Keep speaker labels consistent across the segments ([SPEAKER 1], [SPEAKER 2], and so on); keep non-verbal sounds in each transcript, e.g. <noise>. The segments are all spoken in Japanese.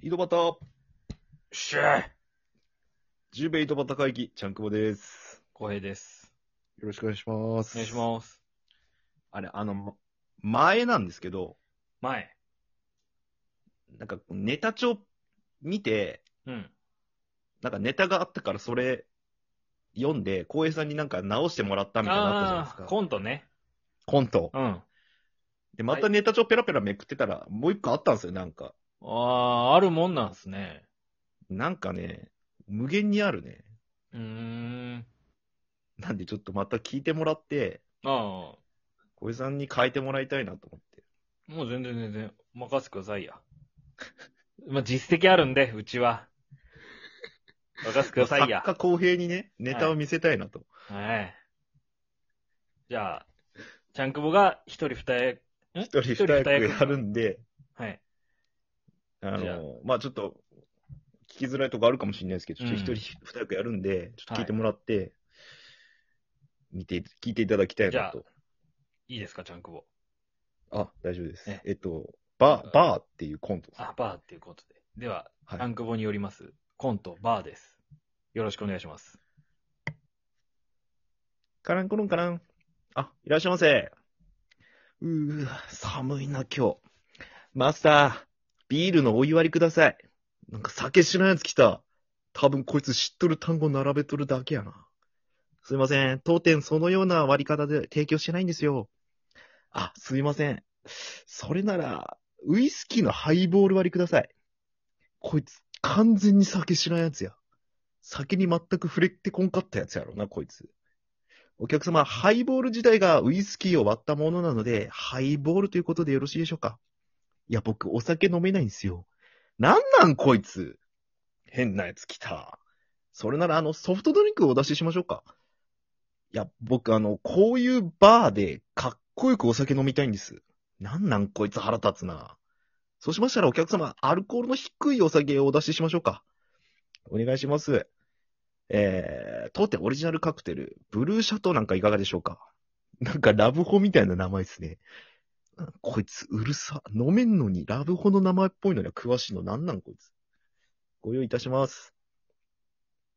[SPEAKER 1] 井戸端、
[SPEAKER 2] シェー
[SPEAKER 1] 十兵衛井戸端会議、ちゃんくぼです。
[SPEAKER 2] 浩平です。
[SPEAKER 1] よろしくお願いします。
[SPEAKER 2] お願いします。
[SPEAKER 1] あれ、あの、ま前なんですけど、
[SPEAKER 2] 前。
[SPEAKER 1] なんかネタ帳見て、
[SPEAKER 2] うん。
[SPEAKER 1] なんかネタがあったからそれ読んで、光栄さんになんか直してもらったみたいなのあったじゃないで
[SPEAKER 2] あ
[SPEAKER 1] す
[SPEAKER 2] あー、
[SPEAKER 1] か。
[SPEAKER 2] コントね。
[SPEAKER 1] コント。
[SPEAKER 2] うん。あ
[SPEAKER 1] で、またネタ帳ペラペラめくってたら、もう一個あったんですよ、なんか。
[SPEAKER 2] あー、あるもんなんすね。
[SPEAKER 1] なんかね、無限にあるね。
[SPEAKER 2] うーん。
[SPEAKER 1] なんでちょっとまた聞いてもらって、
[SPEAKER 2] ああ、
[SPEAKER 1] 光栄さんに変えてもらいたいなと思って。
[SPEAKER 2] もう全然全然、任せてくださ
[SPEAKER 1] <laughs>
[SPEAKER 2] いや。まあ、実績あるんで、うちは。任せてくださいや。
[SPEAKER 1] 作家公平にね、ネタを見せたいなと。
[SPEAKER 2] はい。じゃあ、ちゃんくぼが一人二役。
[SPEAKER 1] 一人二役やるんで、
[SPEAKER 2] はい。
[SPEAKER 1] あの
[SPEAKER 2] じゃあ
[SPEAKER 1] まあちょっと、聞きづらいとこあるかもしれないですけど、ちょっと
[SPEAKER 2] う
[SPEAKER 1] 一
[SPEAKER 2] ん
[SPEAKER 1] 人二役やるんで、ちょっと聞いてもらって、見て、聞いていただきたいなと。
[SPEAKER 2] いいですか、ちゃんくぼ。
[SPEAKER 1] あ、大丈夫です
[SPEAKER 2] ね。
[SPEAKER 1] えっと、バー、バーっていうコントです。
[SPEAKER 2] あ、バーっていうことで。では、
[SPEAKER 1] はい
[SPEAKER 2] ちゃんくぼによります、コント、バーです。よろしくお願いします。
[SPEAKER 1] カランコロンカラン。あ、いらっしゃいませ。うー、寒いな、今日。マスター、ビールのお湯割りください。なんか酒知らんやつ来た。多分こいつ知っとる単語並べとるだけやな。すいません。当店そのような割り方で提供してないんですよ。あ、すいません。それなら、ウイスキーのハイボール割りください。こいつ、完全に酒知らんやつや。酒に全く触れてこんかったやつやろな、こいつ。お客様、ハイボール自体がウイスキーを割ったものなので、ハイボールということでよろしいでしょうかいや、僕、お酒飲めないんですよ。なんなん、こいつ。変なやつ来た。それなら、あの、ソフトドリンクをお出ししましょうか。いや、僕、あの、こういうバーで、かっこよくお酒飲みたいんです。なんなん、こいつ腹立つな。そうしましたら、お客様、アルコールの低いお酒をお出ししましょうか。お願いします。えー、当店オリジナルカクテル、ブルーシャトーなんかいかがでしょうかなんかラブホみたいな名前ですね。うんこいつうるさ。飲めんのにラブホの名前っぽいのには詳しいのなんなんこいつ。ご用意いたします。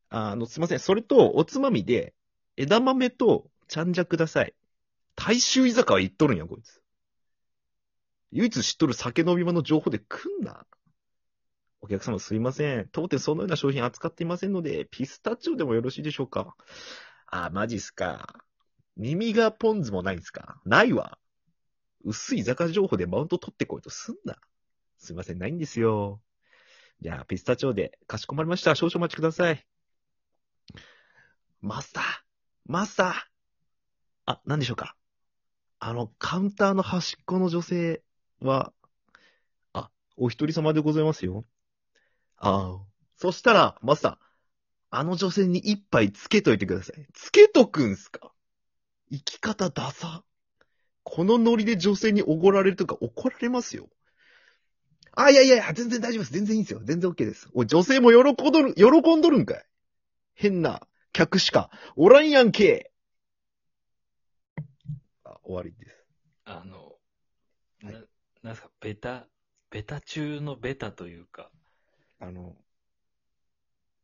[SPEAKER 1] ああの、すいません。それと、おつまみで、枝豆とちゃんじゃください。大衆居酒屋行っとるんや、こいつ。唯一知っとる酒飲み場の情報で来んな。お客様すいません。当店そのような商品扱っていませんので、ピスタチオでもよろしいでしょうかあ、マジっすか。耳がポン酢もないんすかないわ。薄い居酒屋情報でマウント取ってこいとすんな。すいません、ないんですよ。じゃあ、ピスタチオで、かしこまりました。少々お待ちください。マスターマスターあ、なんでしょうかあの、カウンターの端っこの女性は、あ、お一人様でございますよ。ああ。そしたら、マスター、あの女性に一杯つけといてください。つけとくんすか生き方ダサ。このノリで女性におごられるとか怒られますよ。あ、いやいやいや、全然大丈夫です。全然いいんですよ。全然 OK です。おい、女性も喜どる、喜んどるんかい。変な客しかおらんやんけ。あ、終わりです。
[SPEAKER 2] あの、
[SPEAKER 1] はい
[SPEAKER 2] な、なんすか、ベタ、ベタ中のベタというか、
[SPEAKER 1] あの、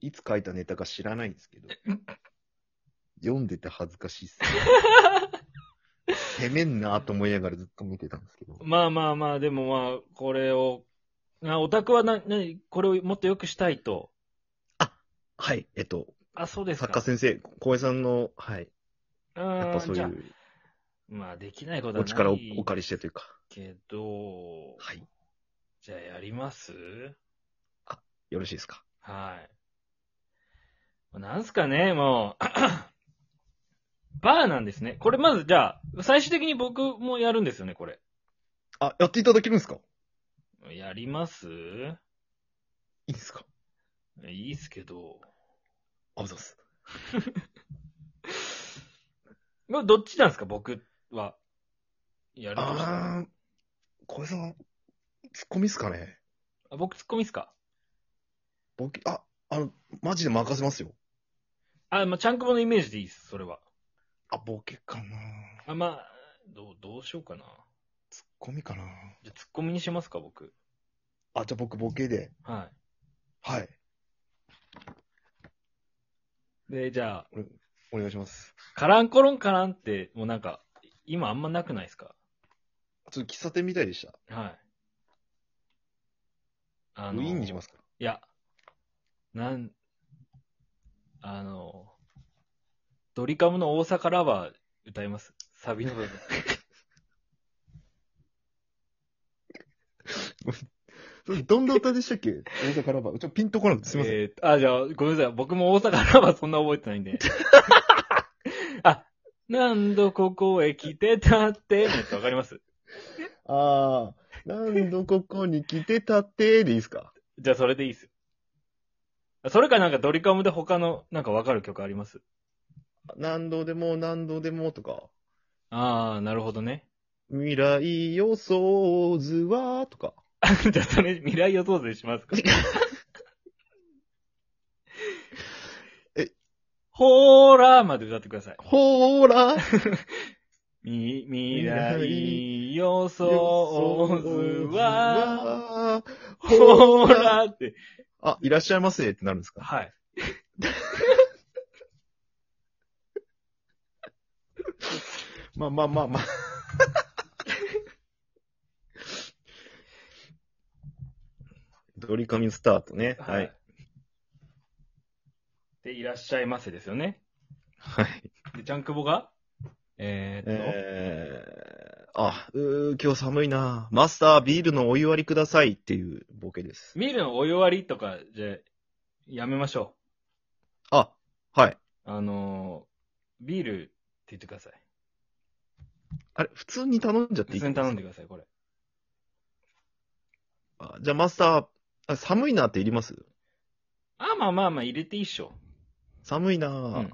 [SPEAKER 1] いつ書いたネタか知らないんです <laughs> けど、読んでて恥ずかしいっす、攻めんなと思いながらずっと見てたんですけど。
[SPEAKER 2] まあまあまあ、でもまあ、これを、あオタクはな、なに、これをもっと良くしたいと。
[SPEAKER 1] はい、えっと、
[SPEAKER 2] あ、そうです
[SPEAKER 1] 作家
[SPEAKER 2] か。
[SPEAKER 1] 先生、小江さんの、はい、やっ
[SPEAKER 2] あ
[SPEAKER 1] ぱ
[SPEAKER 2] ー
[SPEAKER 1] そうい
[SPEAKER 2] じゃあ
[SPEAKER 1] う
[SPEAKER 2] まあ、できないこと
[SPEAKER 1] お
[SPEAKER 2] は
[SPEAKER 1] 力を
[SPEAKER 2] ない
[SPEAKER 1] お借りしてというか、
[SPEAKER 2] けど、
[SPEAKER 1] はい、
[SPEAKER 2] じゃあやります
[SPEAKER 1] よろしいですか。
[SPEAKER 2] はい。まあなんすかね、もう、 <coughs> バーなんですね。これまずじゃあ、最終的に僕もやるんですよね、これ。
[SPEAKER 1] あ、やっていただけるんですか
[SPEAKER 2] やります
[SPEAKER 1] いいですか
[SPEAKER 2] いいっすけど。
[SPEAKER 1] あざっす。
[SPEAKER 2] <laughs> まあ、どっちなんですか、僕は。やるとしたら
[SPEAKER 1] あー、小江さん、ツッコミっすかね
[SPEAKER 2] あ僕、ツッコミっすか
[SPEAKER 1] 僕、あ、あの、マジで任せますよ。
[SPEAKER 2] あ、まあ、ちゃんくぼのイメージでいいっす、それは。
[SPEAKER 1] あ、ボケかな
[SPEAKER 2] あ、まあ、どう、どうしようかな。
[SPEAKER 1] ツッコミかな
[SPEAKER 2] じゃあ、ツッコミにしますか、僕。
[SPEAKER 1] あ、じゃあ僕ボケで。
[SPEAKER 2] は
[SPEAKER 1] はい。
[SPEAKER 2] い。で、じゃあ、
[SPEAKER 1] お願いします。
[SPEAKER 2] カランコロンカランって、もうなんか、今あんまなくないですか
[SPEAKER 1] ちょっと喫茶店みたいでした。
[SPEAKER 2] はい。あ
[SPEAKER 1] ウィーンにしますか
[SPEAKER 2] いや、なん、あの、ドリカムの大阪ラバー歌います。サビの部分。
[SPEAKER 1] それどんな歌でしたっけ大阪ラバー。ちょっとピンとこなくてすいません。
[SPEAKER 2] えーとあ、じゃあ、ごめんなさい。僕も大阪ラバーそんな覚えてないん <laughs> で。あ、何度ここへ来てたって、のやつわかります
[SPEAKER 1] ああ、何度ここに来てたって、でいいですか
[SPEAKER 2] じゃあ、それでいいっすよ。それかなんかドリカムで他の、なんかわかる曲あります
[SPEAKER 1] 何度でも何度でもとか、
[SPEAKER 2] あー、なるほどね。
[SPEAKER 1] 未来予想図は、とか。
[SPEAKER 2] <laughs> じゃあ、それ、未来予想図にし <laughs> ますか
[SPEAKER 1] え
[SPEAKER 2] ほーらーまで歌ってください。
[SPEAKER 1] ほーら
[SPEAKER 2] み、未来予想図は、、ほ
[SPEAKER 1] ほー
[SPEAKER 2] ー
[SPEAKER 1] ら
[SPEAKER 2] らーって。
[SPEAKER 1] あ、いらっしゃいませってなるんですか
[SPEAKER 2] はい。
[SPEAKER 1] まあまあまあまあ。 <laughs> ドリカミスタートね。はい。。
[SPEAKER 2] で、いらっしゃいませですよね。
[SPEAKER 1] はい。
[SPEAKER 2] で、ジャンクボが、えーっと、
[SPEAKER 1] えー、あ、うー、今日寒いな。マスター、ビールのお湯割りくださいっていうボケです。
[SPEAKER 2] 見るのお湯割りとか、じゃあ、やめましょ
[SPEAKER 1] あ、はい。
[SPEAKER 2] う。あのー、ビールって言ってください。
[SPEAKER 1] あれ、普通に頼んじゃってい
[SPEAKER 2] 普
[SPEAKER 1] い
[SPEAKER 2] 通に頼んでください、これ。
[SPEAKER 1] あじゃあマスター、あ寒いなっていります
[SPEAKER 2] あ、まあまあまあ、入れていいっしょ。
[SPEAKER 1] 寒いな、
[SPEAKER 2] うん。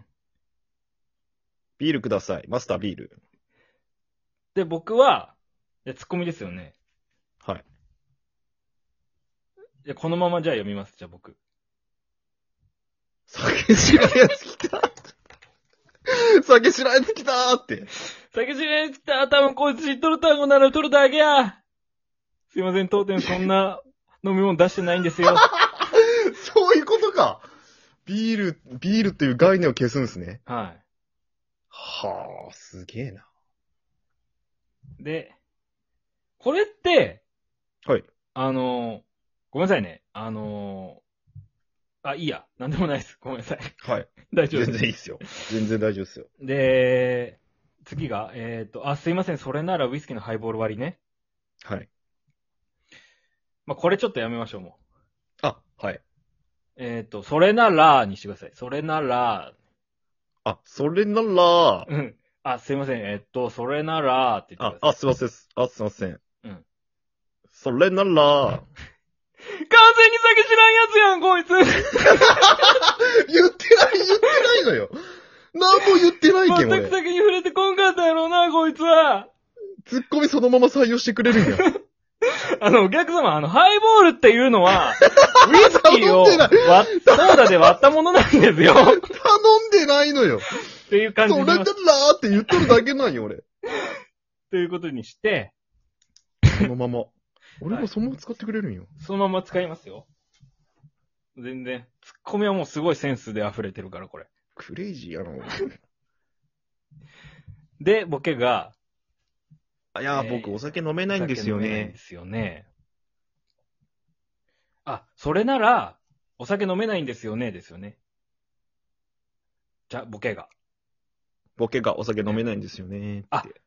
[SPEAKER 1] ビールください。マスター、ビール。
[SPEAKER 2] で、僕は、でツッコミですよね。
[SPEAKER 1] はい。
[SPEAKER 2] じゃあこのままじゃあ読みます、じゃあ僕。
[SPEAKER 1] 酒知らんやつ来た。酒知らんやつ来たって。
[SPEAKER 2] 酒知らんやつた、多分こいつ知っとる単語なら取るだけや。すいません、当店そんな飲み物出してない
[SPEAKER 1] <laughs>
[SPEAKER 2] んですよ。
[SPEAKER 1] そういうことか。ビール、ビールっていう概念を消すんですね。
[SPEAKER 2] は
[SPEAKER 1] はあ、すげえな。
[SPEAKER 2] い。で、これって、
[SPEAKER 1] はい。
[SPEAKER 2] あの、ごめんなさいね。あの、あ、いいや。なんでもないです。ごめんなさい。 <laughs>
[SPEAKER 1] はい。
[SPEAKER 2] 大丈夫
[SPEAKER 1] 全
[SPEAKER 2] です
[SPEAKER 1] 然いいっすよ。全然大丈夫っすよ。
[SPEAKER 2] で、次が、えっ、と、あ、すいません、それならウイスキーのハイボール割りね。
[SPEAKER 1] はい。
[SPEAKER 2] まあ、これちょっとやめましょう、もう。
[SPEAKER 1] あ、はい。
[SPEAKER 2] えっ、と、それならにしてください。それなら、
[SPEAKER 1] あ、それなら、
[SPEAKER 2] うん。あ、すいません、えっ、と、それならって言っ
[SPEAKER 1] あ
[SPEAKER 2] て、くだ
[SPEAKER 1] あ、
[SPEAKER 2] さ
[SPEAKER 1] すいません。あ、すいません。
[SPEAKER 2] うん。
[SPEAKER 1] それなら、
[SPEAKER 2] い。完全に酒知らんやつやん、こいつ
[SPEAKER 1] 言ってない、言ってないのよ。何も言ってないけん、
[SPEAKER 2] 全く
[SPEAKER 1] 俺。
[SPEAKER 2] 酒に触れてこんかったやろうな、こいつは
[SPEAKER 1] ツッコミそのまま採用してくれるんや。
[SPEAKER 2] あの、お客様、あの、ハイボールっていう
[SPEAKER 1] <laughs>
[SPEAKER 2] のは、ウイスキー
[SPEAKER 1] 頼
[SPEAKER 2] を
[SPEAKER 1] んでない
[SPEAKER 2] 割っ、ソーダで割ったものなんで
[SPEAKER 1] <laughs>
[SPEAKER 2] すよ
[SPEAKER 1] 頼んでないのよ。
[SPEAKER 2] っていう感じ
[SPEAKER 1] そ
[SPEAKER 2] で
[SPEAKER 1] れなら
[SPEAKER 2] す。
[SPEAKER 1] って言っとるだけなんよ、俺。
[SPEAKER 2] ということにして、
[SPEAKER 1] そのまま。俺もそのまま使ってくれるんよ。
[SPEAKER 2] そのまま使いますよ。全然。ツッコミはもうすごいセンスで溢れてるから、これ。
[SPEAKER 1] クレイジーやな、俺。
[SPEAKER 2] で、ボケが、
[SPEAKER 1] いやー、
[SPEAKER 2] えー
[SPEAKER 1] 僕お酒飲めないんですよ
[SPEAKER 2] お酒飲めないん
[SPEAKER 1] ね
[SPEAKER 2] で。すよね。あ、それなら、お酒飲めないんですよね、ですよね。じゃ、ボケが。
[SPEAKER 1] ボケがお酒飲めないんですよね。
[SPEAKER 2] あ
[SPEAKER 1] って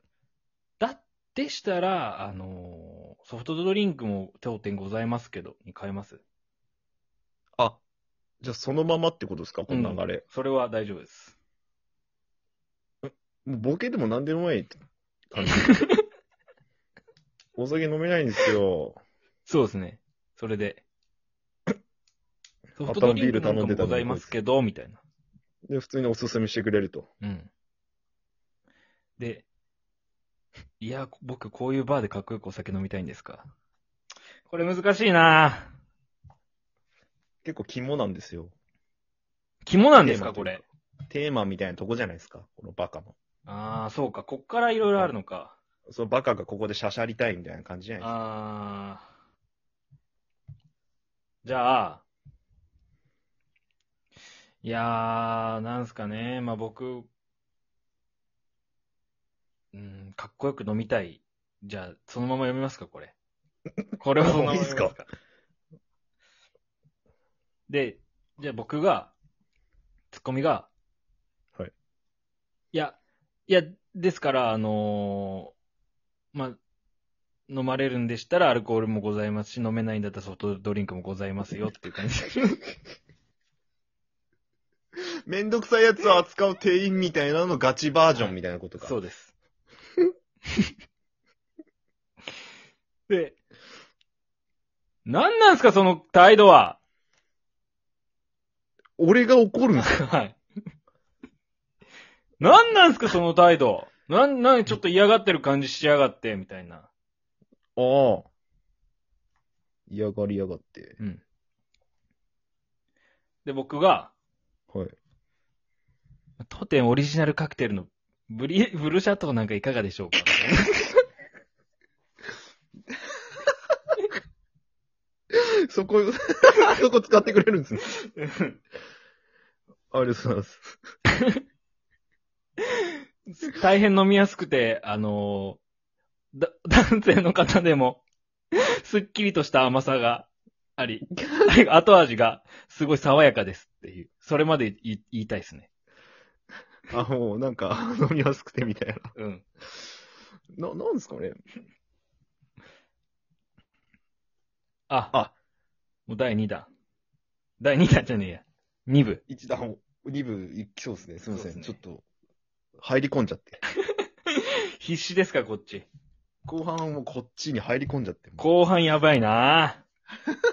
[SPEAKER 2] だ、でしたら、あのーソフトドリンクも当店ございますけど、に変えます。
[SPEAKER 1] あ、じゃあそのままってことですか、この流れ。
[SPEAKER 2] それは大丈夫です。
[SPEAKER 1] もうボケでも何でもないって
[SPEAKER 2] <laughs>
[SPEAKER 1] 感じ。お酒飲めないんですよ。
[SPEAKER 2] そうですね。それで。ソ
[SPEAKER 1] また
[SPEAKER 2] フトドリ
[SPEAKER 1] ビ
[SPEAKER 2] ンク
[SPEAKER 1] ール頼んでたのに
[SPEAKER 2] もございますけど、みたいな。
[SPEAKER 1] で、普通におすすめしてくれると。
[SPEAKER 2] うん。で、いや、僕こういうバーでかっこよくお酒飲みたいんですか。これ難しいなぁ
[SPEAKER 1] 結構肝なんですよ。
[SPEAKER 2] 肝なんですか、
[SPEAKER 1] テ
[SPEAKER 2] こ
[SPEAKER 1] ーマという
[SPEAKER 2] れ
[SPEAKER 1] か。テーマみたいなとこじゃないですか。このバカの。
[SPEAKER 2] ああ、そうか。こっからいろいろあるのか。
[SPEAKER 1] そのバカがここでしゃしゃりたいみたいな感じじゃないですか。
[SPEAKER 2] ああ。じゃあ、いやー、なんすかね。まあ僕、うん、かっこよく飲みたい。じゃあ、そのまま読みますか、こ <laughs> れ。これをそのまま
[SPEAKER 1] いいっすか
[SPEAKER 2] 読みますか。で、じゃあ僕が、ツッコミが、
[SPEAKER 1] はい。
[SPEAKER 2] いや、いや、ですから、あのーまあ、飲まれるんでしたらアルコールもございますし、飲めないんだったらソフトドリンクもございますよ <laughs> っていう感じ。
[SPEAKER 1] めんどくさいやつを扱う店員みたいなのガチバージョンみたいなことか。
[SPEAKER 2] そうです。 <laughs> で、なんなんすかその態度は
[SPEAKER 1] 俺が怒るんです
[SPEAKER 2] <laughs> はい。なんなんすかその態度なん、なん、ちょっと嫌がってる感じしやがって、みたいな。
[SPEAKER 1] ああ。嫌がりやがって。
[SPEAKER 2] うん。で、僕が、
[SPEAKER 1] はい。
[SPEAKER 2] 当店オリジナルカクテルのブリ、ブルシャトーなんかいかがでしょうか
[SPEAKER 1] そこ、 <laughs> そこ使ってくれるん <laughs> ですね。ありがとうございます。
[SPEAKER 2] 大変飲みやすくて、あのーだ、男性の方でも、すっきりとした甘さがあり、後味がすごい爽やかですっていう、それまで言い言いたいですね。
[SPEAKER 1] あ、もうなんか、飲みやすくてみたい
[SPEAKER 2] うん。
[SPEAKER 1] な。な、なんですかね
[SPEAKER 2] あ、
[SPEAKER 1] あ
[SPEAKER 2] もう第2弾。第2弾じゃねえや。2部。
[SPEAKER 1] 一段、二部行きそうですね。すみません。
[SPEAKER 2] そうです
[SPEAKER 1] ちょっ
[SPEAKER 2] ね
[SPEAKER 1] と、入り込んじゃって。
[SPEAKER 2] 必死ですか、こっち。
[SPEAKER 1] 後半もこっちに入り込んじゃって。
[SPEAKER 2] 後半やばいなぁ。